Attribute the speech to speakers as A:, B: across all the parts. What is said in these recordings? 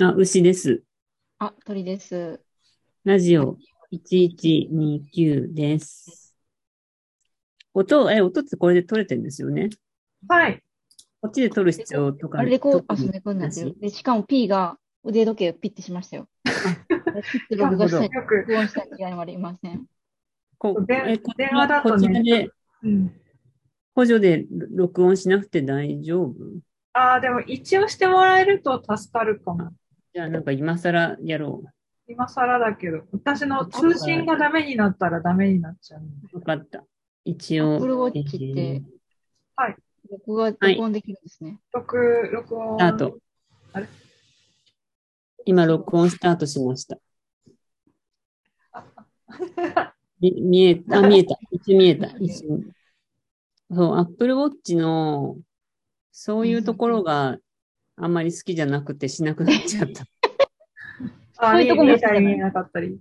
A: あ、牛です。
B: あ、鳥です。
A: ラジオ1129です。音、え、音ってこれで撮れてるんですよね。
C: はい。
A: こっちで撮る必要とか。
B: あれでこう、
A: 特
B: あ、そう
A: に
B: ね、こうなって
A: な
B: る
A: し。
B: で、しかも P が腕時計をピッてし ましたよ。ピッて録画した
C: よ
B: い、
C: く、
B: 録音したいにはありません。
A: こう、
C: 電
A: えこ
C: 電話だと
A: こち
C: ね
A: らで、
C: うん、
A: 補助で録音しなくて大丈夫
C: ああ、でも一応してもらえると助かるかも。
A: じゃあなんか今更やろ
C: 今更だけど、私の通信がダメになったらダメになっちゃうので。
A: う。わかった。一
B: ア
A: 応。
B: ップルウォッチって録画、録音できるんですね。
C: 録、録音。
A: スタート。今、録音スタートしま した。み見えた、あ、見えた。一瞬見えた。一瞬。そう、Apple Watch の、そういうところがあんまり好きじゃなくてしなくなっちゃ った。
C: あ
B: そう
C: ー
B: いうとこ
C: 見
B: も
C: えたり見えなかったり。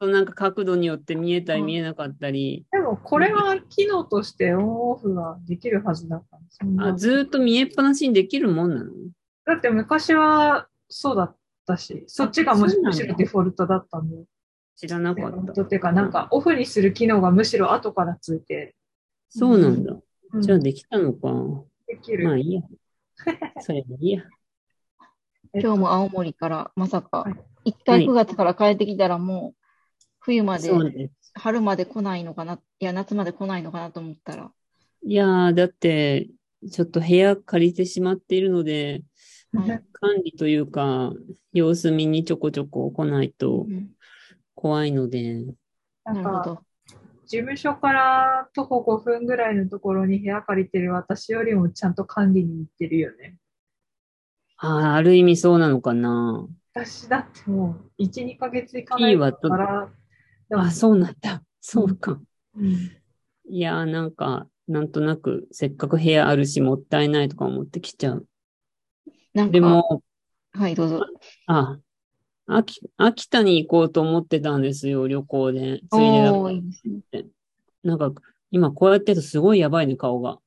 A: そうなんか角度によって見えたり
B: うん
A: 見えなかったり、
C: でもこれは機能としてオンオフができるはずだから。そんな
A: あずーっと見えっぱなしにできるもんなの
C: だって昔はそうだったし、そっちがむし
A: そうなん
C: む
A: だ
C: しろデフォルトだったんで。
A: 知らな
C: デ
A: か
C: フ
A: っ
C: ォル
A: た。
C: トっていうか、なんかオフにする機能がむしろ後からついて。
A: そうなんだ。
C: うん
A: じゃあできたのか。
C: でき
A: まあ
C: る。
A: いい や。それでいいや。
B: 今日も青森から、まさか
C: はい、
B: 一
A: は
B: 回
A: い
B: 9月から帰ってきたらもう、冬まで
A: そ、うね。
B: 春まで来ないのかな、いや、夏まで来ないのかなと思ったら、
A: いやー、だって、ちょっと部屋借りてしまっているので、
B: はい
A: 管理というか、様子見にちょこちょこ来ないと
B: うん
A: 怖いので、
C: な
B: なんるほ
C: か、
B: ど。
C: 事務所から徒歩5分ぐらいのところに部屋借りてる私よりもちゃんと管理に行ってるよね。
A: ああ、ある意味そうなのかな。
C: 私だってもう1、2ヶ月行かないい
A: いわ
C: から、だから
A: あ、そうなんだ。そうか。
C: うん
A: いやー、なんか、なんとなく、せっかく部屋あるし、もったいないとか思ってきちゃう。
B: なん
A: で
B: か、
A: も、
B: はい、どうぞ。
A: あ、秋、秋田に行こうと思ってたんですよ、旅行で。ついでだから
B: おー、いいですね。
A: なんか、今こうやってるとすごいやばいね、顔 が。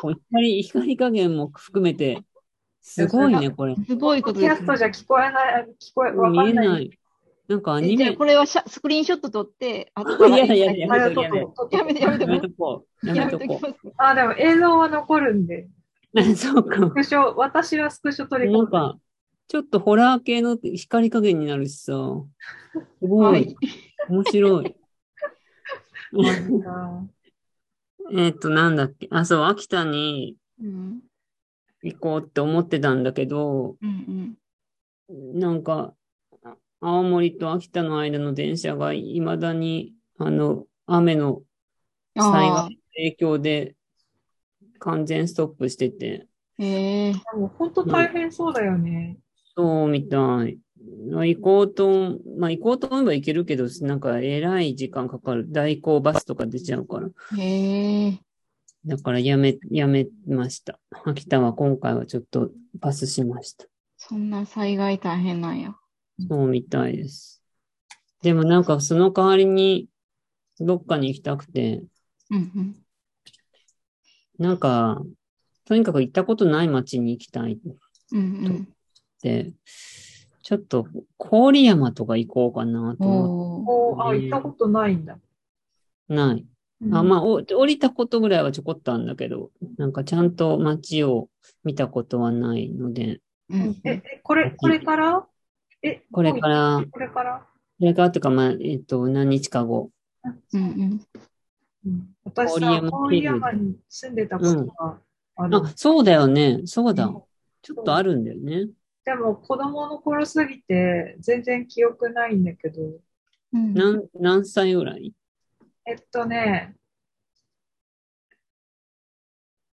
A: こう光、光加減も含めて、すごいね、これ。
B: すごい
C: ポ
B: こ
C: ッドキ
B: とで
C: ャ
B: す
C: ス
B: ね
C: ト。じゃ聞こえない、聞こえ、わか
A: 見え
C: んな。
A: ないい。なんかア
B: え
A: ニ
B: じゃあ
A: メ、
B: これはシャスクリーンショット撮って、あとから
A: いやいやいや
C: あ、
A: れ
C: や
A: だ
C: っ
A: け
C: と
A: やめ
C: こう
B: やめてやめて
A: やめとこう。やめ
B: やめ
A: と
B: と
A: こ
B: きます。
C: あ、でも映像は残るんで、
A: う。 そうか
C: ス。クショ、私はスクショ取り
A: な
C: 込
A: んか、ちょっとホラー系の光加減になるしさ。すご
B: はいい。。
A: 面白 い。
C: むから
A: えっと、なんだっけ。あ、そう、秋田に
B: うん
A: 行こうって思ってたんだけど、
B: うんうん。
A: なんか、あ青森と秋田の間の電車がいまだに、あの、雨の災害
B: あ
A: の影響で完全ストップしてて、
B: あ、へえ。
C: でも本当大変そうだよね。
A: そうみたい。まあ行こうと、まあ行こうと思えば行けるけど、なんかえらい時間かかる。代行バスとか出ちゃうから。
B: へえ。
A: だからやめ、やめました。秋田は今回はちょっとパスしました。
B: そんな災害大変なんや。
A: そうみたいです。でもなんかその代わりに、どっかに行きたくて、
B: うんうん。
A: なんか、とにかく行ったことない街に行きたいっ
B: うん
A: て、ちょっと郡山とか行こうかな
B: う
A: と
B: ん。
A: 思っ
B: おお。
C: こう、あ、行ったことないんだ。
A: てない。
C: うん
A: あまあ、お降りたことぐらいはちょこっとあるんだけど、なんかちゃんと街を見たことはないので、
B: うん
C: え、え、これ、これからえ、
A: これから
C: これから
A: それからというか、まあ、えっ、と、何日か後。
B: うんうん。
C: 私
A: 郡
C: さ、
A: 山
C: 郡山に住んでたことがある。
A: あ、そうだよね。そうだ。ちょっとあ
C: る。
A: るんだよね。
C: でも子供の頃すぎて全然記憶ないんだけど、
B: うん
A: なん何歳ぐらい
C: えっとね、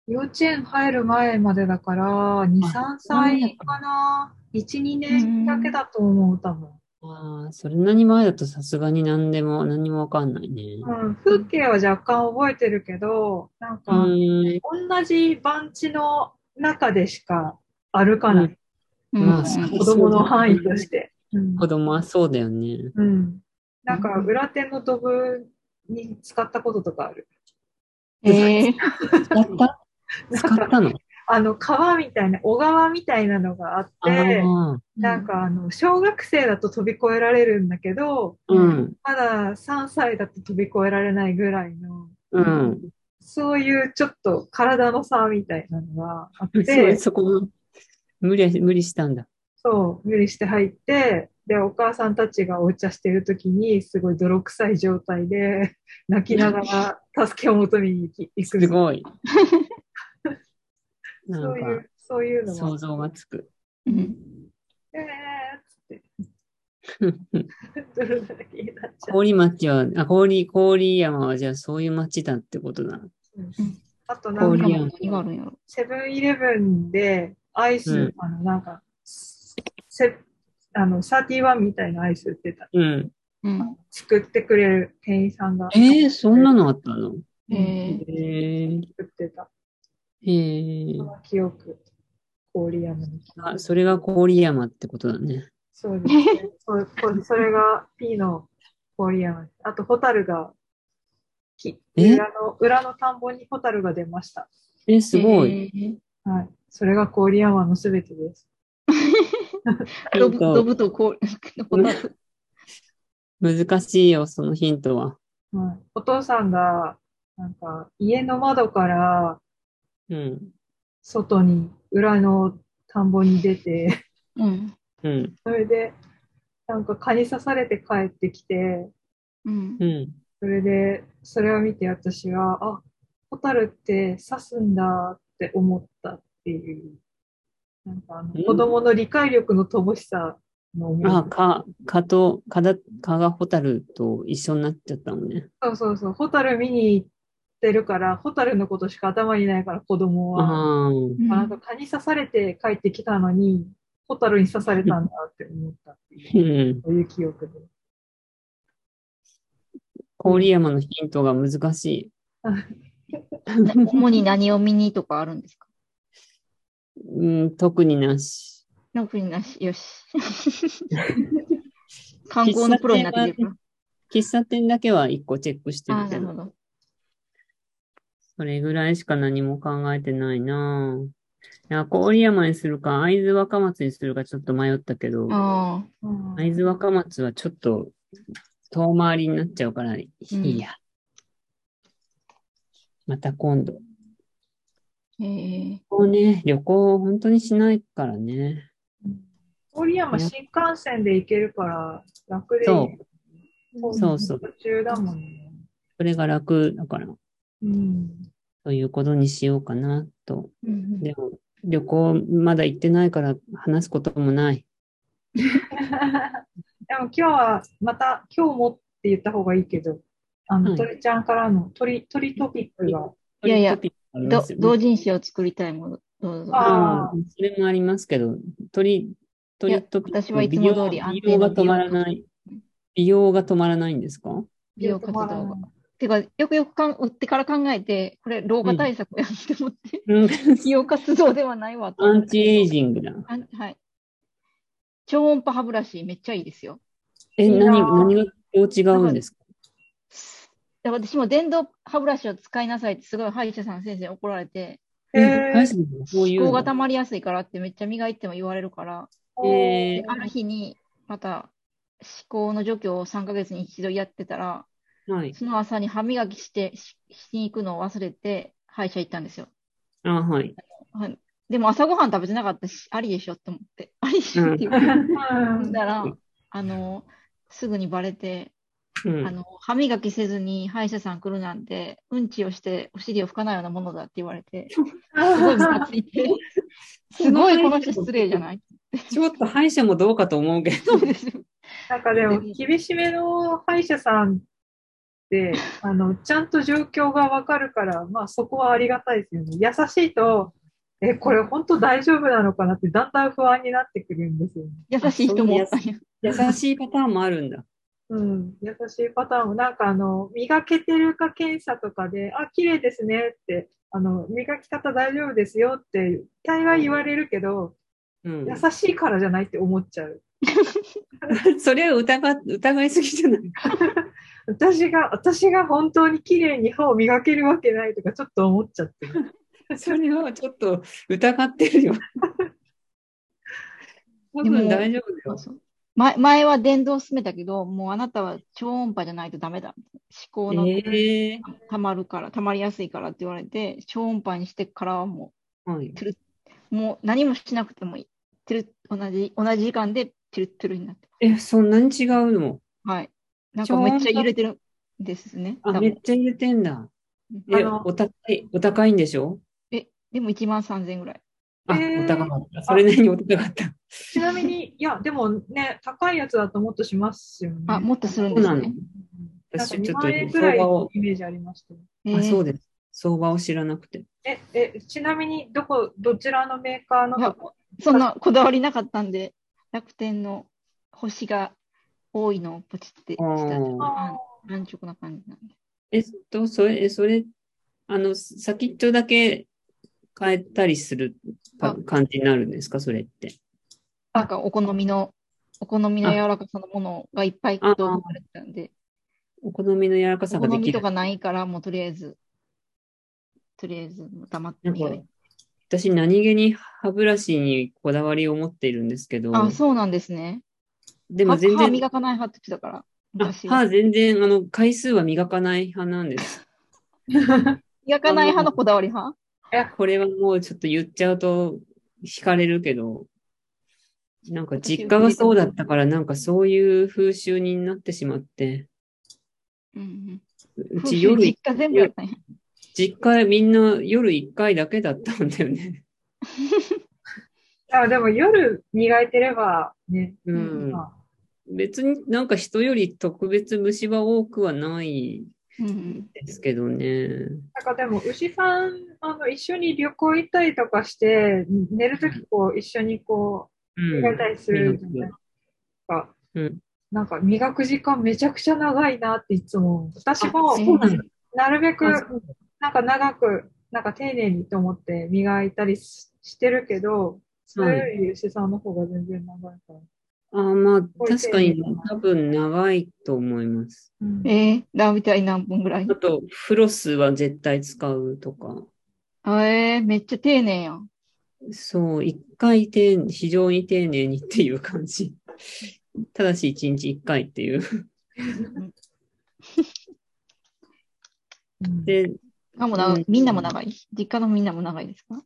C: 幼稚園入る前までだから、2、3歳かな。1、2年だけだと思う、多分。
A: ああ、それなに前だとさすがに何でも、何もわかんないね。
C: うん、風景は若干覚えてるけど、なん
A: う
C: か、
A: ーん。
C: 同じ番地の中でしか歩かない、
B: うん
A: まあ
B: うん
C: 子供の範囲として。うん
A: 子供はそうだよね。
C: うんなんか裏手のドブに使ったこととかある。
B: ええ
A: 使った
C: なん
A: 使
C: か
A: ったの
C: あの、川みたいな、小川みたいなのがあって、
A: ああ、
C: なんかあの、小学生だと飛び越えられるんだけど、
A: うん、
C: まだ3歳だと飛び越えられないぐらいの、
A: うん。
C: そういうちょっと体の差みたいなのがあっ
A: そう
C: て、
A: そこも無理、無理したんだ。
C: そう、無理して入って、で、お母さんたちがお茶してる時に、すごい泥臭い状態で、 泣きながら助けを求めに行き行く。
A: すごい。な
C: そ
A: ん
C: う
A: か
C: いう、そういうの
A: 想
C: も。
A: 像がつく。
B: うん
C: えーっ つって、泥だらけになっ ちゃう。
A: 氷町は、あ、氷、氷山はじゃあそういう町だってことだ。
C: あとな
B: なんん
A: 氷
B: か
A: や
C: か、
A: ん
B: 何があるんやろ。
C: セブンイレブンで、アイス、
A: うん
C: あの、なんか、セあの、サーティワンみたいなアイス売ってた。
A: うん。
B: うん。
C: 作ってくれる店員さんが。
A: えー、そんなのあったの
B: ええ
A: へえ
C: 作ってた。
A: へえ
C: その記憶。郡山に来た
A: あ、。それが郡山ってことだね。
C: そうですね。そうこそれが P の郡山です。あと、ホタルが、き
A: え
C: 裏の、裏の田んぼにホタルが出ました。
A: え、すごい。
B: い。
C: はい。それが郡山のすべてです。
A: ヒ
B: ロ
A: ン
B: ブ
A: ト
B: ロブとこう、ホタル。
A: 難しいよ、そのヒントは。
C: はい。お父さんが、なんか、家の窓から
A: うん。
C: 外に、裏の田んぼに出て、
B: うん。
A: うん。
C: それで、なんか蚊に刺されて帰ってきて、
B: うん
A: う。ん。
C: それで、それを見て私は、あ、ホタルって刺すんだって思ったっていう、なんかあの
A: うん
C: 子供の理解力の乏しさの思い
A: あ、か、かと、かだ、かがホタルと一緒になっちゃったもんね。
C: そうそうそう、ホタル見に行ってるから、ホタルのことしか頭にないから子供は、
A: ああ。
C: あなんか蚊に刺されて帰ってきたのに、ホタルに刺されたんだって思ったっていうう、
A: ん。
C: そういう記憶で。
A: 郡山のヒントが難しい。
B: な主に何を見にとかあるんですか
A: うん、特になし。
B: 特になし、よ し。観光のプロになってきてるか
A: 喫茶店だけは一個チェックして
B: ら。ああ
A: る
B: ー、
A: け
B: なるほ
A: ど、
B: ど。
A: それぐらいしか何も考えてないなぁ。いや、郡山にするか、会津若松にするかちょっと迷ったけど、
B: あ
C: うん
A: 会津若松はちょっと遠回りになっちゃうから、いいや。また今度。
B: あ、ええ
A: こうね、旅行を本当にしないからね。
C: 郡山新幹線で行けるから楽でいい
A: そそう
C: そ
A: そうう
C: 途中だもんね。
A: それが楽だから、
C: うん。
A: ということにしようかなと。
B: うん
A: でも、旅行まだ行ってないから話すこともない。
C: でも今日はまた今日もって言った方がいいけど、あの、
A: はい
C: 鳥ちゃんからの鳥、鳥トピックが。
B: いやい
A: そ
B: や
A: ううトピックあ
B: う
A: り
B: ん。
A: ま
B: ど
A: すよね
B: 同人誌を作りたいもの、どうぞ。
C: あ
A: ああ、それもありますけど、鳥、
B: いや
A: 鳥と、
B: 私はいつも通り
A: 美
B: 安
A: 容
B: 定
A: が
B: の
A: 止まらない。美容が止まらないんです か
B: 美容活動が。てか、よくよくかん売ってから考えて、これ、老化対策やって思って、
A: うん
B: 美容活動ではないわと
A: ア
B: 思
A: ン
B: って。
A: チエイジングだ。
B: あはい。超音波歯ブラシめっちゃいいですよ。
A: え、
C: いいな
A: 何、何がこう違うんですか
B: だから私も電動歯ブラシを使いなさいってすごい歯医者さん先生に怒られて、
C: へ
A: え、大
C: え
A: 丈夫そうい
B: 思
A: うの。
B: 考が溜まりやすいからってめっちゃ磨いても言われるから、
A: え
B: である日にまた思考の除去を3ヶ月に一度やってたら、
A: はい。
B: その朝に歯磨きしてししに行くのを忘れて歯医者行ったんですよ。
A: あ、はい。
B: はい、でも朝ごはん食べてなかったし、ありでしょって思って、ありでしょって言っ
C: うん
B: たら、あの、すぐにバレて、
A: う
B: あ
A: ん。
B: の、歯磨きせずに歯医者さん来るなんて、うんちをしてお尻を拭かないようなものだって言われて、 すごいムカついて、すごいこの人失礼じゃない
A: ちょっと歯医者もどうかと思うけど。
B: そうですよ。
C: なんかでも、厳しめの歯医者さんって、あの、ちゃんと状況がわかるから、まあそこはありがたいですよね。優しいと、え、これ本当大丈夫なのかなって、だんだん不安になってくるんですよね。
B: 優しい人もおったんや。
A: 優しいパターンもあるんだ。
C: うん、優しいパターンも、なんかあの、磨けてるか検査とかで、あ、綺麗ですねって、あの、磨き方大丈夫ですよって、大概言われるけど、
A: うん。
C: 優しいからじゃないって思っちゃう。
A: それは疑っ、疑いすぎじゃない
C: 私が、私が本当に綺麗に歯を磨けるわけないとか、ちょっと思っちゃって。
A: それはちょっと疑ってるよ。 多
B: で
A: 分
B: も
A: 大丈夫
B: そう
A: だよ。
B: そう前前は電動を進めたけど、もうあなたは超音波じゃないとダメだ。思考の
A: ええ
B: 溜まるから、溜まりやすいからって言われて、超音波にしてからはも
A: はい。
B: う、もう何もしなくてもいい。てる同じ同じ時間でてるてるになって
A: え、そんなに違うの
B: る。はい。なんかめっちゃ揺れてるんですね。
A: あ、
B: 多
A: め
B: 分
A: っちゃ入れてんだ。
B: うん
A: え、
C: あの
A: お高い、お高いんでしょ
B: え、でも1万3000ぐらい。
A: あ、
C: えー
A: お高かった。それなりにお高かった。
C: ちなみに、いや、でもね、高いやつだともっとしますよね。
B: あ、もっとするん
A: そう
B: で
A: な
B: す
A: の
B: ね。
C: なん
A: 私
C: か
A: ち
C: 2
A: ょっと
C: 万円ぐら
A: 相
C: い
A: 場
C: の
A: を、
C: イメージありましたね。
B: え
A: あ、
B: ー
A: そうです。相場を知らなくて。
C: え、え、ちなみに、どこ、どちらのメーカーの
B: いや
C: とこ
B: そんなこだわりなかったんで、楽天の星が多いのをポチってした
A: あー
B: あの安直な感じなんで。
A: えっと、それ、えそれ、あの、先っちょだけ変えたりするか
B: あ
A: 感じになるんですかそれって。
B: なんかお好みの、お好みの柔らかさのものがいっぱい
A: あ
B: 動画されてたんで、
A: お好みの柔らか
B: お
A: さ
B: 好
A: がで
B: み
A: き
B: と
A: る。
B: かないから、もうとりあえず、とりあえず黙ってみよ
A: な
B: うん
A: 私、何気に歯ブラシにこだわりを持っているんですけど、
B: あ、そうなんですね。
A: でも全
B: 歯歯
A: 然、
B: 磨かない派って言ってたから、
A: あ
B: 昔は
A: 歯全然、あの、回数は磨かない派なんです。
B: 磨かない派のこだわり派
A: これはもうちょっと言っちゃうと惹かれるけど、なんか実家がそうだったから、なんかそういう風習になってしまって、
B: うんう。
A: うんち夜
B: 実家全部やったんや。
A: 実家みんな夜1回だけだったんだよね。
C: あ、でも夜磨いてれば、ね、
A: うん。
C: まあ
A: 別になんか人より特別虫歯多くはない
B: うんうん。
A: ですけどね。
C: なんかでも、牛さん、あの、一緒に旅行行ったりとかして、寝るときこう、一緒にこ
A: う
C: う、
A: ん
C: 磨いたりするじゃないですか。
A: うん
C: なんか、磨く時間めちゃくちゃ長いなっていつも。私も
B: あ、
A: そうなんだ
C: なるべく、
A: あそう
C: なんか長く、なんか丁寧にと思って磨いたりししてるけど、それより牛さんの方が全然長いから。
A: あまあ、
C: こういう
A: 確かに
C: 丁寧な
A: 多分長いと思います。
C: うん
B: えー、だみたい何分ぐらい
A: あと、フロスは絶対使うとか。
B: あえー、めっちゃ丁寧やん。
A: そう、一回丁寧非常に丁寧にっていう感じ。 ただし一日一回っていう。
C: うん
A: で、
B: あもう長い
A: うん
B: みんなも長い実家のみんなも長いですか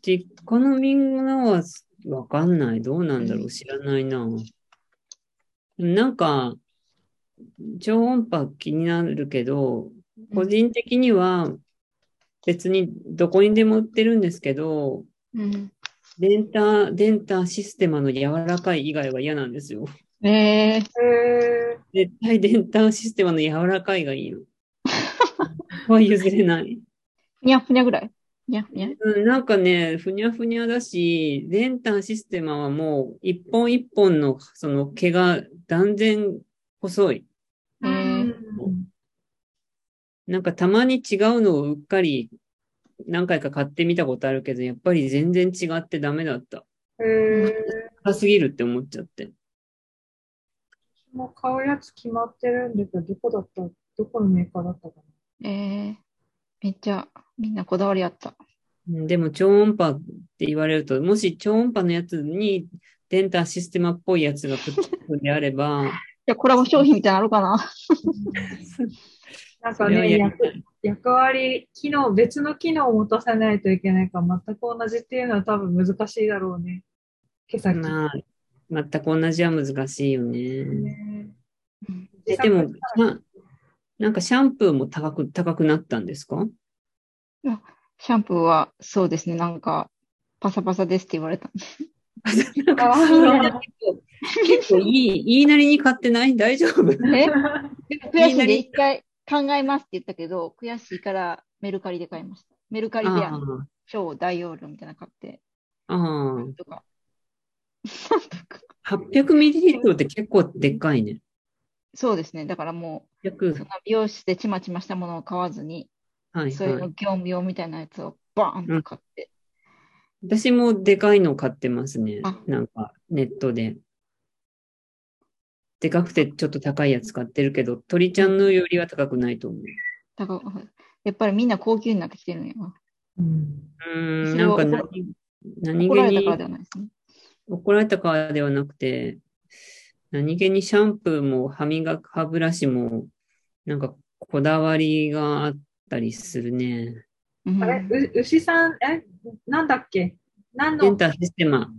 A: 実家のみんなはわかんない。どうなんだろ
B: う
A: う知らないな。なんか、超音波気になるけど、個人的には別にどこにでも売ってるんですけど、
B: うん。
A: デンター、デンターシステマの柔らかい以外は嫌なんですよ。
B: えー、
C: え
A: 絶対デンターシステマの柔らかいがいいの。は譲れない。
B: ふにゃふにゃぐらいふにゃふにゃ
A: うん、なんかね、ふにゃふにゃだし、デンターシステマはもう一本一本のその毛が断然細い。
C: ー
B: えー
C: うん
A: なんかたまに違うのをうっかり何回か買ってみたことあるけど、やっぱり全然違ってダメだった。
C: えー、
A: 高すぎるって思っちゃって。
C: もう買うやつ決まってるんだけど、どこだったどこのメーカーだったか
B: えー、めっちゃみんなこだわりあった。
A: うんでも超音波って言われると、もし超音波のやつにデンターシステマっぽいやつがくっつくんであれば、
B: じゃあコラボ商品みたいなのあるかな
C: な。なん
A: そ
C: か
A: れを
C: ね、
A: やり
C: 役
A: たい。
C: 役割、機能、別の機能を持たせないといけないから、全く同じっていうのは多分難しいだろうね。毛先。
A: まあ、全く同じは難しいよね。
C: ね
B: うん
A: え でも、ななんかシャンプーも高く、高くなったんですか
B: シャンプーはそうですね、なんかパサパサですって言われた。
A: なんか
C: あー
A: みんな結構結構いい、言いなりに買ってない 大丈夫
B: え悔しい
A: みんなん
B: で
A: に
B: 一回考えますって言ったけど、悔しいからメルカリで買いました。メルカリであ
A: あ
B: の超大容量みたいなの買って、
A: あ、ああ。
B: とか。
A: 800ミリリットルって結構でっかいね。
B: そうですね、だからもう、そ
A: 100
B: ん、な美容室でちまちましたものを買わずに、
A: はい
B: そういう
A: は
B: の
A: い。
B: 業務用みたいなやつをバーンと買って。
A: 私もでかいの買ってますね
B: あ。
A: なんか、ネットで。でかくてちょっと高いやつ買ってるけど、鳥ちゃんのよりは高くないと思う。
B: だからやっぱりみんな高級になってきてるんやな。
C: うん
A: うーん、
B: そ
A: な
B: れ
A: ん
B: は
A: か何
B: 怒
A: 何
B: 怒ら
A: 気
B: れた
A: に
B: からではないですね。
A: 怒られたからではなくて、何気にシャンプーも歯磨き、歯ブラシも、なんかこだわりがあったりするね。
B: うん
C: あれ、う牛さん、え、なんだっけ何
A: デン
C: の、
A: タシステマ。ん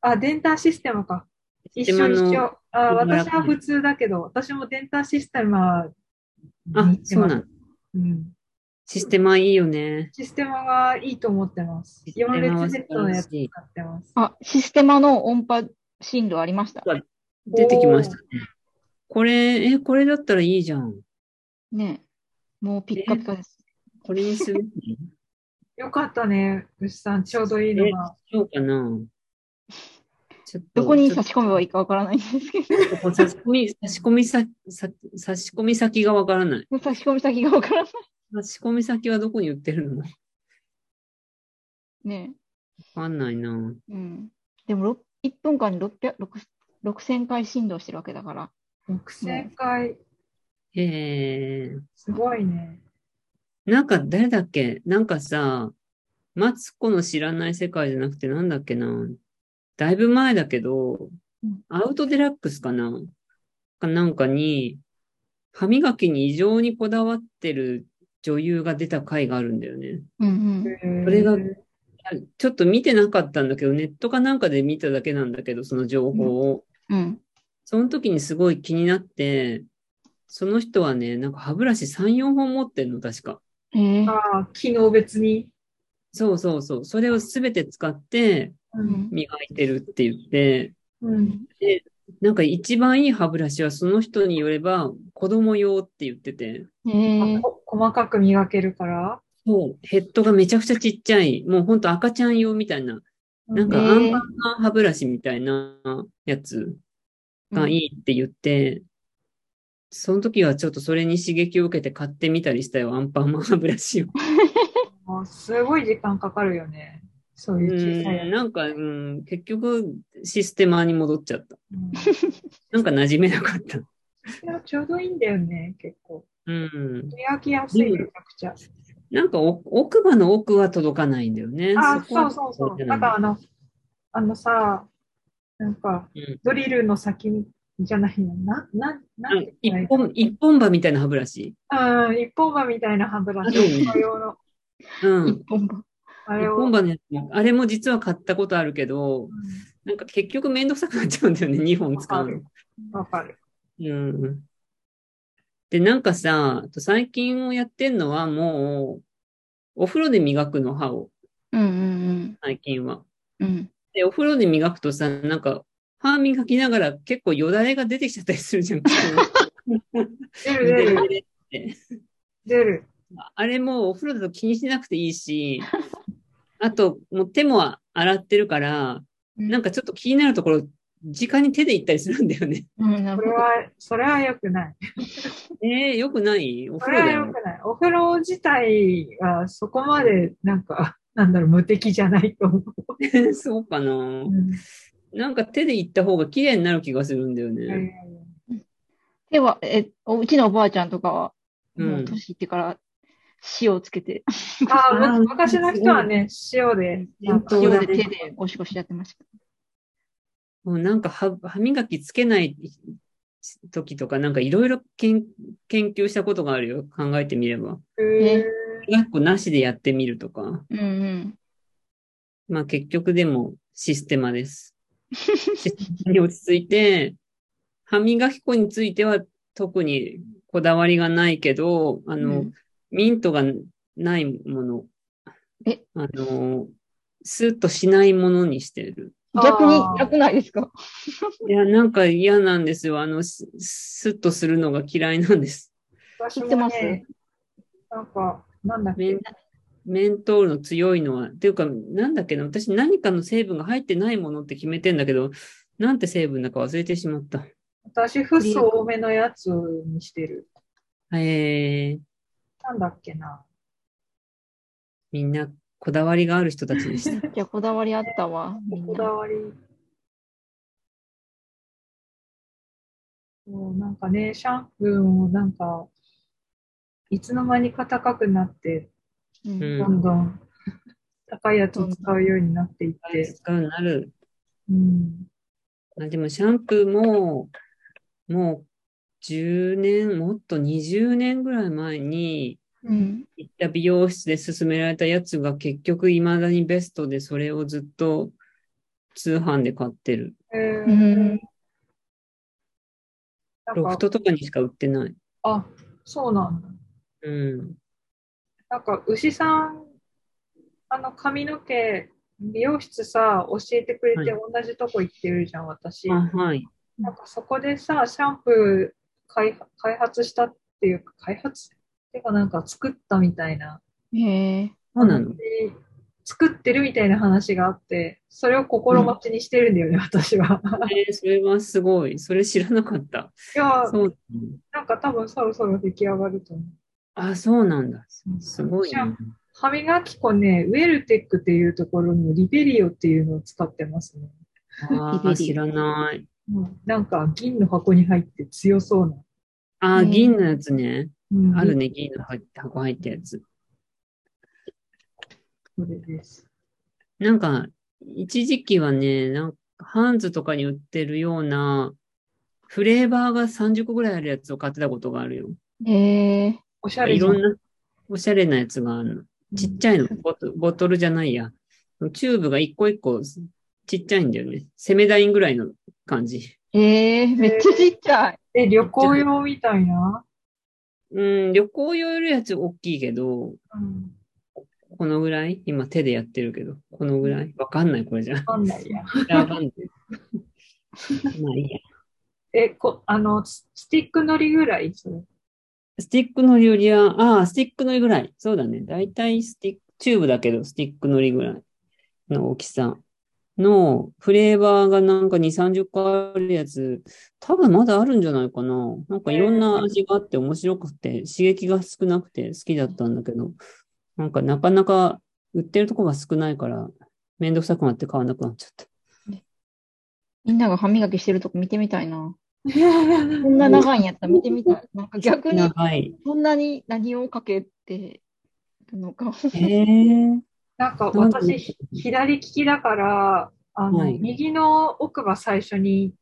C: あ、デンターシステムか。一緒
A: システマの
C: 一緒。あ、
A: ブラッ
C: 私
A: ク
C: は普通だけど、私もデンターシステムは、
A: あ、そう
C: の、
A: なの。
C: うん。
A: システマいいよね。
C: システマがいいと思ってます。
A: システ
C: 4
A: マは
C: 列セットのやつ
A: 素晴らしい
C: 使ってます。
B: あ、システマの音波振動ありました。
A: 出てきましたね。これ、え、これだったらいいじゃん。
B: ねえもうピッカピカです。
A: これにする
C: よかったね、牛さん、ちょうどいいのが。
A: そうかな。ちょっと
B: どこに差し込めばいいかわからないんですけ
A: ちょっと差し込み、差し込みさ、さ差し込み先がわからない。
B: ど、差し込み先がわからない。
A: 差し込み先はどこに売ってるのわ
B: ね
A: かんないな。
B: えうん。でも、ろ1分間に600 6 6000回振動してるわけだから。
C: 6000回、
A: へえ。
C: すごいね。
A: なんか誰だっけなんかさ、マツコの知らない世界じゃなくてなんだっけな。だいぶ前だけど
B: うん、
A: アウトデラックスかなかなんかに、歯磨きに異常にこだわってる女優が出た回があるんだよね。
B: うん
C: そ
A: それがあちょっと見てなかったんだけど、ネットかなんかで見ただけなんだけど、その情報を。
B: うん。うん。
A: その時にすごい気になって、その人はね、なんか歯ブラシ3、4本持ってんの、確か。
B: ええ
C: ああ、機能別に。
A: そうそうそう。それをすべて使って
C: う。
B: うんん。
A: 磨いてるって言って、
C: うん。
A: なんか一番いい歯ブラシはその人によれば子供用って言ってて、
B: ええ
C: あこ細かく磨けるから。
A: そうヘッドがめちゃくちゃちっちゃい、もうほんと赤ちゃん用みたいな、なんか
B: え
A: ア
B: ー
A: ンパンマン歯ブラシみたいなやつがいいって言って、その時はちょっとそれに刺激を受けて買ってみたりしたよ、アンパンマン歯ブラシを。
C: もうすごい時間かかるよね。そういうう 小さいや
A: ん、
C: つ。
A: なんか、うん、結局システマに戻っちゃった。
C: うん
A: なんか馴染めなかった。
C: いやちょうどいいんだよ ね、結構。
A: うん。
C: 磨きやすい、
A: う
C: め
A: ん
C: ちゃくちゃ。
A: なんかお奥歯の奥は届かないんだよね。
C: あ、
A: こは
C: そうそうそう。
A: 届
C: な
A: か
C: ん
A: な
C: かあの、あのさ、なんか
A: うん、
C: ドリルの先じゃないの。な、な、ないんて言っ
A: うん一
C: たらい
A: 本、一本歯みたいな歯ブラシ。
C: いうん、一本歯みたいな歯ブラシ。
A: あるよね
C: お用の
A: うん。
B: 一本分。
C: あ
A: 一
C: れを。
A: 本歯のやつも、あれも実は買ったことあるけど、
C: う
A: なんか結局めんどくさくなっちゃうんだよね、2本 使うの。
C: んわかる。
A: うん。で、なんかさ、あと最近をやってんのはもう、お風呂で磨くの、歯を、
B: うんうん
A: 最近は。
B: うん。うん。
A: で、お風呂で磨くとさ、なんか、歯磨きながら結構よだれが出てきちゃったりす るじゃん。
C: 出る出る、出る。
A: あれもお風呂だと気にしなくていいし、あと、もう手も洗ってるから、なんかちょっと気になるところ、直に手で行ったりするんだよね。
B: うん、な
C: こ
B: る
C: れ
B: ほど。
C: は、それは良くない。
A: えー、よくないお
C: そ
A: 風
C: れは良
A: 呂だよ。
C: くない。お風呂自体はそこまで、なんか、なんだろう、無敵じゃないと思う。
A: そうかな
C: う。ん
A: なんか手で行った方が綺麗になる気がするんだよね。
B: では、え、うちのおばあちゃんとかは、
A: うん
B: もう年いってから、塩をつけて、
C: ああ、
A: あー
C: む昔の人はね、塩で、なんか
A: そう
B: 塩
A: だ
B: で
A: ね
B: 手でゴシゴシやってました。
A: もうなんか歯歯磨きつけない時とか、なんかいろいろ研研究したことがあるよ。考えてみれば。
C: え
A: 学校なしでやってみるとか。
B: うんうん。
A: まあ結局でもシステマです。システマに落ち着いて、歯磨き粉については特にこだわりがないけど、あの、
B: うん
A: ミントがないもの。
B: え
A: あの、スーッとしないものにしてる。
B: 逆に
C: あー
B: 楽ないですか
A: いや、なんか嫌なんですよ。あの、ススッとするのが嫌いなんです。
C: 私
B: 知って
C: も
B: ま
C: ね、なんか、なんだっけ
A: メン、メントールの強いのは、っていうか、なんだっけな、私何かの成分が入ってないものって決めてんだけど、なんて成分だか忘れてしまった。
C: 私、フッ素多めのやつにしてる。
A: えー、
C: なんだっけな。
A: みんなこだわりがある人たち でした。
B: いや、こだわりあったわ、みん
C: こ
B: な
C: だ。わり。そうなんかね、シャンプーもなんか、いつの間にか高くなって、
B: うん
A: うん
C: どんどん高いやつを使うようになっていって、
A: 使うようになる。
C: うん、
A: あでもシャンプーも、もう10年、もっと20年ぐらい前に
B: うん
A: 行った美容室で勧められたやつが結局未だにベストでそれをずっと通販で買ってる。
C: えー
B: うん
C: なん
A: ロ
C: か
A: フトとかにしか売ってない。
C: あ、そうなんだ。
A: うん。
C: なんか牛さん、あの髪の毛、美容室さ、教えてくれて
A: は
C: 同じとこ行ってるじゃん、私。
A: あはい。
C: なんかそこでさ、シャンプー開開発したっていうか、開発っていうかなんか作ったみたいな、
B: へえ。
A: そうなの。
C: 作ってるみたいな話があって、それを心待ちにしてるんだよ ね、私は。
A: えーそれはすごい。それ知らなかった。
C: いや、
A: そう。
C: なんか多分そろそろ出来上がると思う。
A: あ、そうなんだ。すごい
C: シャン
A: な。
C: 歯磨き粉ね、ウェルテックっていうところのリベリオっていうのを使ってますね。
A: あー知らない。
C: うんなんか銀の箱に入って強そうな。
A: あー、
B: うん
A: 銀のやつね。
C: うん
A: ある。ね、銀の箱入ったやつ。
C: それです。
A: なんか、一時期はね、なんかハンズとかに売ってるような、フレーバーが30個ぐらいあるやつを買ってたことがあるよ。
B: へえ。
C: おしゃれ
A: い
C: じゃ
A: ろんな、おしゃれなやつがあるの。ちっちゃいの、ボトボトルじゃないや。チューブが一個一個ちっちゃいんだよね。セメダインぐらいの感じ。
B: ええ、めっちゃちっちゃい。
C: え、旅行用みたいな。
A: うん、旅行用よりやつ大きいけど、
C: うん。
A: このぐらい今手でやってるけど、このぐらいわかんない、これじゃ。
C: わかんないや。
A: わかんない。まあいいや。
C: え、こ、あの、ススティックのりぐらいそ れ。
A: スティックのりよりは、ああ、スティックのりぐらい。そうだね。だいたいスティック、チューブだけど、スティックのりぐらいの大きさのフレーバーがなんか2、30個あるやつ、多分まだあるんじゃないかな。なんかいろんな味があって面白くて、刺激が少なくて好きだったんだけど、なんかなかなか売ってるとこが少ないから、めんどくさくなって買わなくなっちゃった。
B: みんなが歯磨きしてるとこ見てみたいな。こんな長いんやったら見てみたい。なんか逆に、
A: 長い。
B: そんなに何をかけてるのか。
A: へえ。
C: なんか
A: なんで
C: 私、ひ左利きだから、あの、
A: はい
C: 右の奥歯最初に、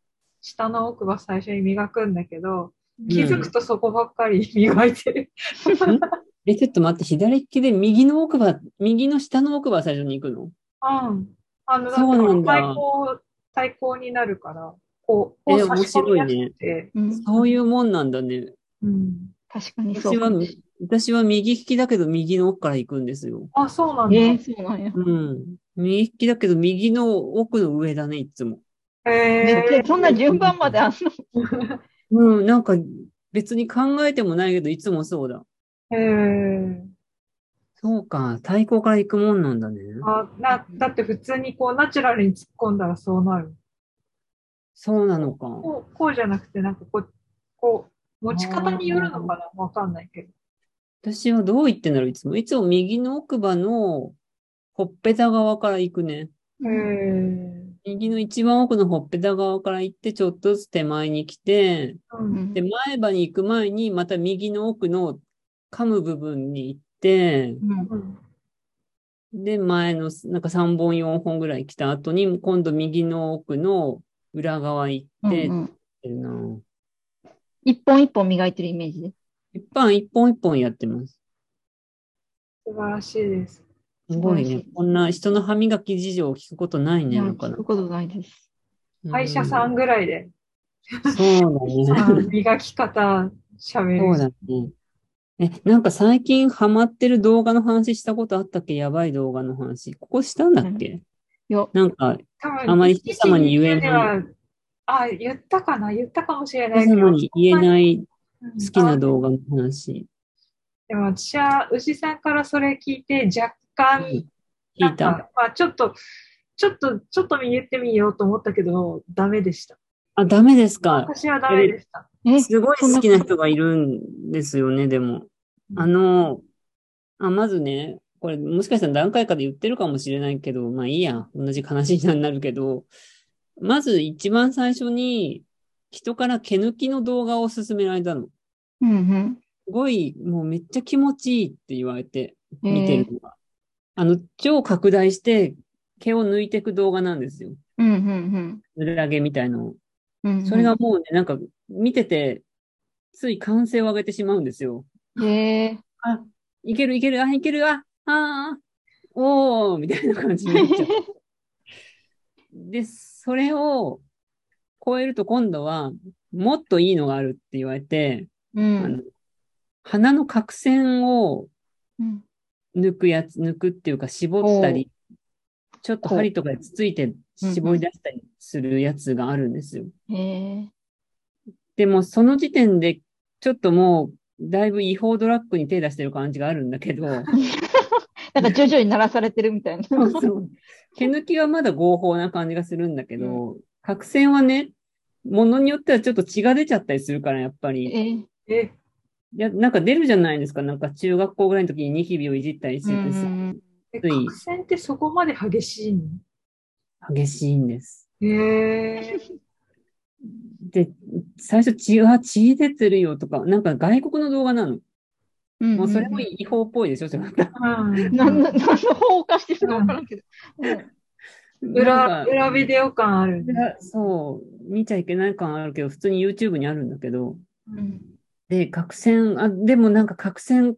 C: 下の奥歯最初に磨くんだけど、気づくとそこばっかり 磨いてる。
A: え、ちょっと待って、左利きで右の奥歯、右の下の奥歯最初に行くの
C: うん。あの、だって
A: そうなんだ
C: 対抗、対抗になるから、こう、こ
A: え
C: う差し込みやすくて、
B: うん、
A: そういうもんなんだね。
C: うん。
B: 確かにそ
A: 私は
B: う。、
A: 私は右利きだけど右の奥から行くんですよ。
C: あ、そうなんだ。
B: え
C: へ
B: え、そうなんや。
A: うん。右利きだけど右の奥の上だね、いつも。
B: めっち
C: え
B: ゃそんな順番まであんの
A: うん、なんか別に考えてもないけど、いつもそうだ。
C: へえ
A: そうか、対抗から行くもんなんだね。
C: あ、な、だって普通にこう、ナチュラルに突っ込んだらそうなる。
A: そうなのか。
C: こう、こうじゃなくて、なんかこう、こう、持ち方によるのかなわかんないけど。
A: 私はどう言ってんだろう、いつも。いつも右の奥歯のほっぺた側から行くね。
C: へえ
A: 右の一番奥のほっぺた側から行って、ちょっとずつ手前に来て、
C: う。
B: うんん
A: で、前歯に行く前に、また右の奥の噛む部分に行って、
B: うん
C: うん。
A: で、前の、なんか3本、4本ぐらい来た後に、今度右の奥の裏側行
B: う
A: って、
B: んうん
A: ってるな
B: 一本一本磨いてるイメージで。
A: 一般一本一本やってます。
C: 素晴らしいです。
A: すごい
B: 素晴ら
A: ね
B: しい。
A: こんな人の歯磨き事情を聞くことない
B: い
A: ね、
B: や、
A: なか
B: 聞
A: な
B: くことないです。
A: か。
C: 歯医者さんぐらいで、
A: うん。そうだね。
C: あの磨き方喋る。
A: そうだね。え、なんか最近ハマってる動画の話したことあったっけやばい動画の話。ここしたんだっけ
B: よ、
A: なんか、
C: 多分
A: あまり人様に言えない
C: 一日二ではあ、言ったかな言ったかもしれない
A: 人
C: けど。
A: 様に言え
C: い。
A: ない好きな
C: あ
A: 動画の話。
C: でも私は牛さんからそれ聞いて若
A: う
C: 干、
A: ん聞
C: なんか
A: いた。
C: まあちょっと、ちょっと、ちょっと言ってみようと思ったけど、ダメでした。
A: あ、ダメですか。
C: 私はダメでした。
B: え、
A: すごい好きな人がいるんですよね、でも。あの、あ、まずね、これもしかしたら何回かで言ってるかもしれないけど、まあいいや、同じ悲しいなになるけど、まず一番最初に、人から毛抜きの動画を勧められたの。す
B: うん
A: ごい、もうめっちゃ気持ちいいって言われて、
B: うん。
A: 見て
B: え
A: るのが。あの、超拡大して毛を抜いていく動画なんですよ。
B: ーうんうん
A: 裏毛みたいのを。
B: うん。うん
A: それが、もうね、なんか見てて、つい歓声を上げてしまうんですよ。
B: えー
A: あ、いけるいける、あ、いける、あ、あー、おー、みたいな感じになっちゃう。 で、それを超えると今度は、もっといいのがあるって言われて、
B: う
A: あの
B: ん。
A: 鼻の角栓を
B: うん
A: 抜くやつ、抜くっていうか絞ったり、ちょっと針とかでつついて絞り出したりするやつがあるんですよ。
B: え
A: でもその時点で、ちょっともう、だいぶ違法ドラッグに手出してる感じがあるんだけど、
B: ーなんか徐々に鳴らされてるみたい な。
A: そうそう。毛抜きはまだ合法な感じがするんだけど、角栓はね、ものによってはちょっと血が出ちゃったりするから、やっぱ
B: え
A: り。
B: ー
C: え、
A: いや、なんか出るじゃないですか。なんか中学校ぐらいの時にニキビをいじったりし
B: う
A: て
B: ん
A: てさ、
C: え
A: つい
C: 角栓ってそこまで激しいの
A: 激しいんです。
C: へ え。
A: で、最初血が血出てるよとか、なんか外国の動画なの。
B: うん。
A: もうそれも違法っぽいでしょ、ちょっと。
C: うん
B: 何の、何の方化してるか分からんけど。うん
A: な
C: 裏、
A: んか
C: 裏ビデオ感あるね。
A: そう、見ちゃいけない感あるけど、普通に YouTube にあるんだけど、
B: うん
A: で、角栓、あ、でもなんか角栓、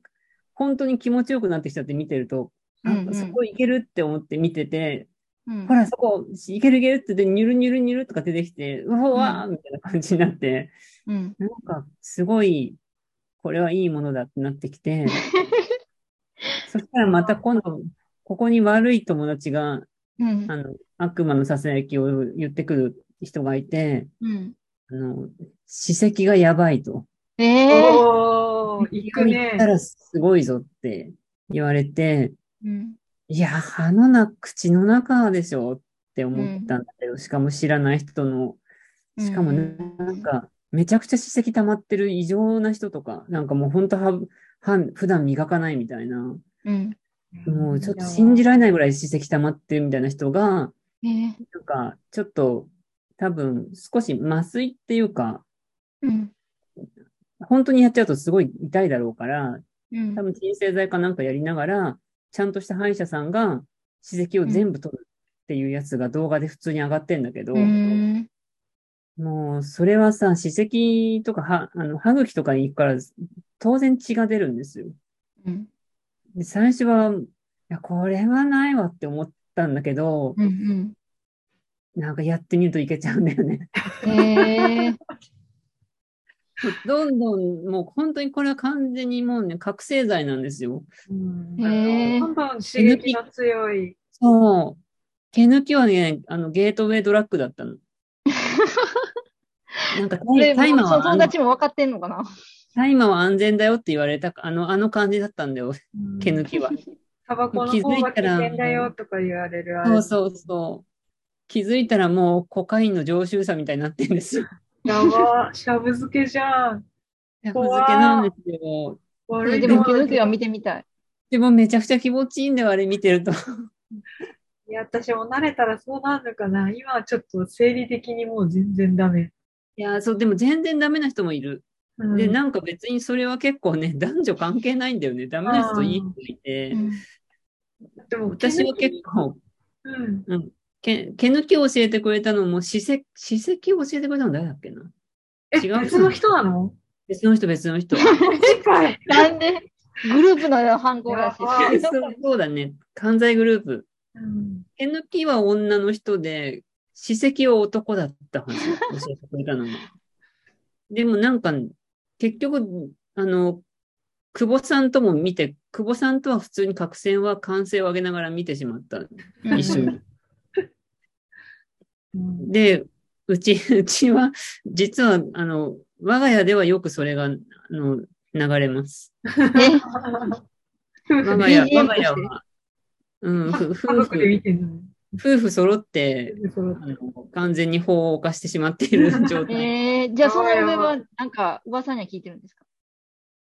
A: 本当に気持ちよくなってきちゃって見てると、あ
B: うんうん
A: そこいけるって思って見てて、
B: うん
A: ほら、そこ、いけるいけるって言って、ニュルニュルニュルとか出てきて、うわうわーみたいな感じになって、
B: うん。
A: なんか、すごい、これはいいものだってなって きて、そしたらまた今度、ここに悪い友達が、
B: うん
A: あの、悪魔のささやきを言ってくる人がいて、
B: うん。
A: あの、史跡がやばいと。
B: ええ。
C: おお、行く
A: 行っ
C: ね。
A: たらすごいぞって言われて、
B: うん
A: いや、歯のな、口の中でしょって思ったんだけど、しかも知らない人の、しかもね
B: うん
A: なんか、めちゃくちゃ歯石溜まってる異常な人とか、なんかもう本当歯、歯、普段磨かないみたいな、
B: うん。
A: もうちょっと信じられないぐらい歯石溜まってるみたいな人が、
B: ええ。
A: なんか、ちょっと、多分、少し麻酔っていうか、
B: うん。
A: 本当にやっちゃうとすごい痛いだろうから、
B: うん
A: 多分鎮静剤かなんかやりながら、ちゃんとした歯医者さんが歯石を全部取るっていうやつが動画で普通に上がってんだけど、
B: うん
A: もうそれはさ、歯石とか歯あの歯茎とかに行くから当然血が出るんですよ。
B: うん
A: で最初は、いや、これはないわって思ったんだけど、
B: うん
A: なんかやってみるといけちゃうんだよね。
B: うんええ。
A: どんどんもう本当にこれは完全にもうね、覚醒剤なんですよ。
C: うん
B: へー
C: どんどん刺激が強い。
A: そう。毛抜きはね、あの、ゲートウェイドラッグだっ たの。なんかタイ、
B: で、
A: タイマー
B: その
A: はあ
B: 友
A: の、
B: 達も分かってんのかな
A: タイマーは安全だよって言われた、あの、あの感じだったんだよ、
C: うん
A: 毛抜きは。
C: タバコの方が危険だよとか言われるあれ。
A: そうそうそう。気づいたらもうコカインの常習者みたいになってんです よ。
C: やば、しゃぶ漬けじゃん。
A: やぶ
C: 怖い
A: 漬けなんですけど。
C: 悪い
B: で
C: と
B: も、
C: こ
B: 気
C: だ
B: づ
C: け
B: きは見てみたい。
A: でもめちゃくちゃ気持ちいいんだよ、あれ見てると。
C: いや、私も慣れたらそうなるのかな。今はちょっと生理的にもう全然ダメ。
A: いや、そう、でも全然ダメな人もいる。
C: うん
A: で、なんか別にそれは結構ね、 男女関係ないんだよね。ダメな人といい人がいて。
C: でも
A: 私は結構、
C: うん。
A: け毛抜きを教えてくれたのも、歯石、歯石を教えてくれたの誰だっけな
C: え、
A: 違う
C: 別の人な の
A: 別の人、別 の人。
C: 近い。
B: なんで、グループの犯行らし
C: や
B: い。
A: そうそうだね。犯罪グループ。
C: うん。
A: 毛抜きは女の人で、歯石は男だったはず。教えてくれたのが。 でもなんか、結局、あの、久保さんとも見て、久保さんとは普通に角栓は歓声を上げながら見てしまった。一緒に。
C: うん
A: で、うち、 うちは、実は、あの、我が家ではよくそれが、あの、流れます。我が家、
B: BGM
A: 我が家
B: とし
A: は、うん、ふ
C: 家
A: 夫
C: 族で
A: 婦、
C: 見てるのに。
A: 夫婦揃って、
C: そう
A: あの完全に法を犯してしまっている状
B: え
A: 態。
B: えー、じゃあその上は、なんか噂には聞いてるんですか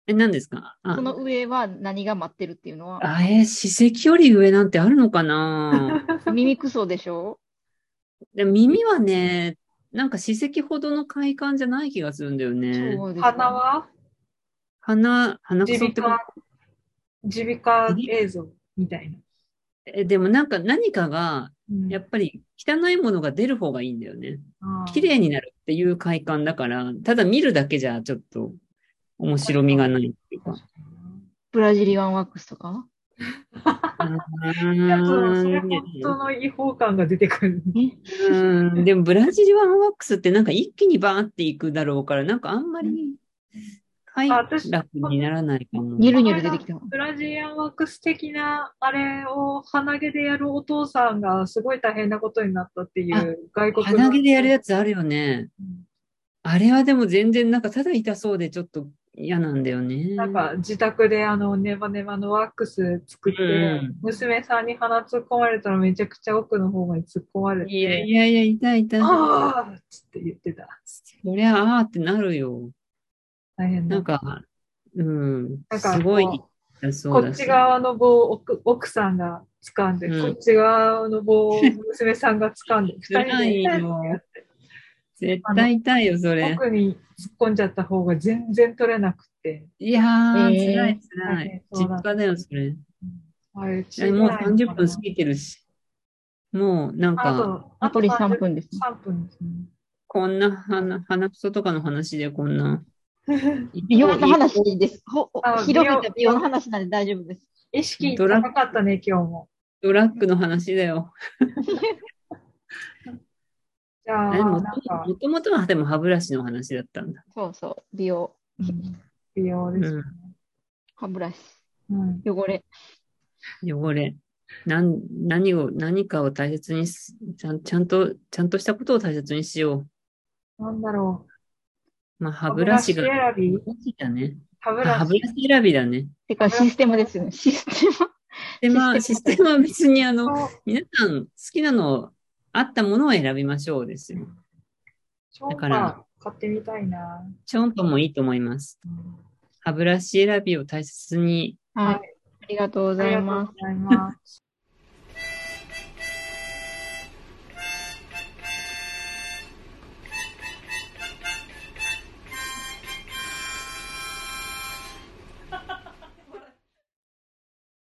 A: え、何ですかあ
B: そ、の上は何が待ってるっていうのは、
A: あえ、史跡より上なん てあるのかな
B: 耳くそでしょ
A: で耳はね、なんか歯石ほどの快感じゃない気がするんだよね。
B: そうですね
C: 鼻は
A: 鼻、鼻くそ
C: 耳
A: って
C: 鼻
A: こと
C: 科、耳鼻科映像みたいな。
A: えでもなんか何かが、
C: うん
A: やっぱり汚いものが出る方がいいんだよね。
C: あー
A: 綺麗になるっていう快感だから、ただ見るだけじゃちょっと面白みがないっていうか
C: 確。か
B: ブラジリアンワックスとか
C: にいや、そうう
A: ーん
C: それ本当の違法感が出てくる。
A: うんでもブラジルワンワックスってなんか一気にバーっていくだろうから、なんかあんまり快
C: あ私
A: 楽にならないかも。
B: ニュルニュル出てきたわ。
C: ブラジリアンワックス的なあれを鼻毛でやるお父さんがすごい大変なことになったっていう外国の
A: 鼻毛でやるやつあるよね。
C: うん
A: あれはでも全然なんかただ痛そうでちょっと嫌なんだよね。
C: なんか自宅であのネバネバのワックス作って、
A: うん
C: 娘さんに鼻突っ込まれたらめちゃくちゃ奥の方まで突っ込まれて、
A: いやいやいや、痛い痛い。
C: ああっつって言ってた。
A: そりゃあーってなるよ。
C: 大変だ
A: なんか、うん、
C: なんか
A: すごい
C: こう
A: 痛そう
C: こ
A: だ
C: っ
A: し
C: ち側の棒を奥奥さんが掴んで、
A: うん
C: こっち側の棒を娘さんが掴んで、二人
A: 辛
C: で
A: いよ。絶対痛いよ、それ。
C: 奥に突っ込んじゃった方が全然取れなくて、
A: いやー、
B: えー
A: 辛い辛い。
C: 大変そう
A: 実
C: だ
A: 家だよ、それ。
C: あれ
A: えもう30分過ぎてるし。もうなん
C: あ
A: か、
C: と、あと
B: 残り3
C: 30
B: 分ですね。
C: 3分ですね。
A: こんな鼻、鼻くそとかの話でこ んな。
B: 美容の話です。ほほ
C: あ
B: 広げ
C: 美
B: た
C: 容
B: 美容の話なんで大丈夫です。
C: 意識高かったね、今日も。
A: ドラッグの話だよ。
C: じゃあ、
A: あれ
C: な
A: も
C: んか、
A: もともとはでも歯ブラシの話だったんだ。
B: そうそう、美容、
C: 美容ですね。
B: 歯ブラシ、
C: うん
B: 汚れ。
A: 汚れ。なん何を、何かを大切にすちゃん、ちゃんと、ちゃんとしたことを大切にしよ
C: なんだろう。
A: う。まあ、歯ブラシが。
C: 歯ブラシ選び
A: 歯ブラシだね。
C: 歯ブ
A: あ
C: ラ
A: 歯ブ
C: シ。
A: ラシ選びだね。
B: てか、システムですよね。システム。
A: で、まあ、シ
B: シ
A: ス
B: ス
A: テ
B: テ
A: ムは別にあの、
C: そう
A: 皆さん好きなの、あったものを選びましょうですよ。
C: 超
A: だ
C: か
A: から
C: 買ってみたいな。
A: ちょんともいいと思います。歯ブラシ選びを大切に
B: はい
C: は。
B: ありがとうご
C: あ
B: ざ
C: り
B: い
C: がと
B: ます
C: う。ございます。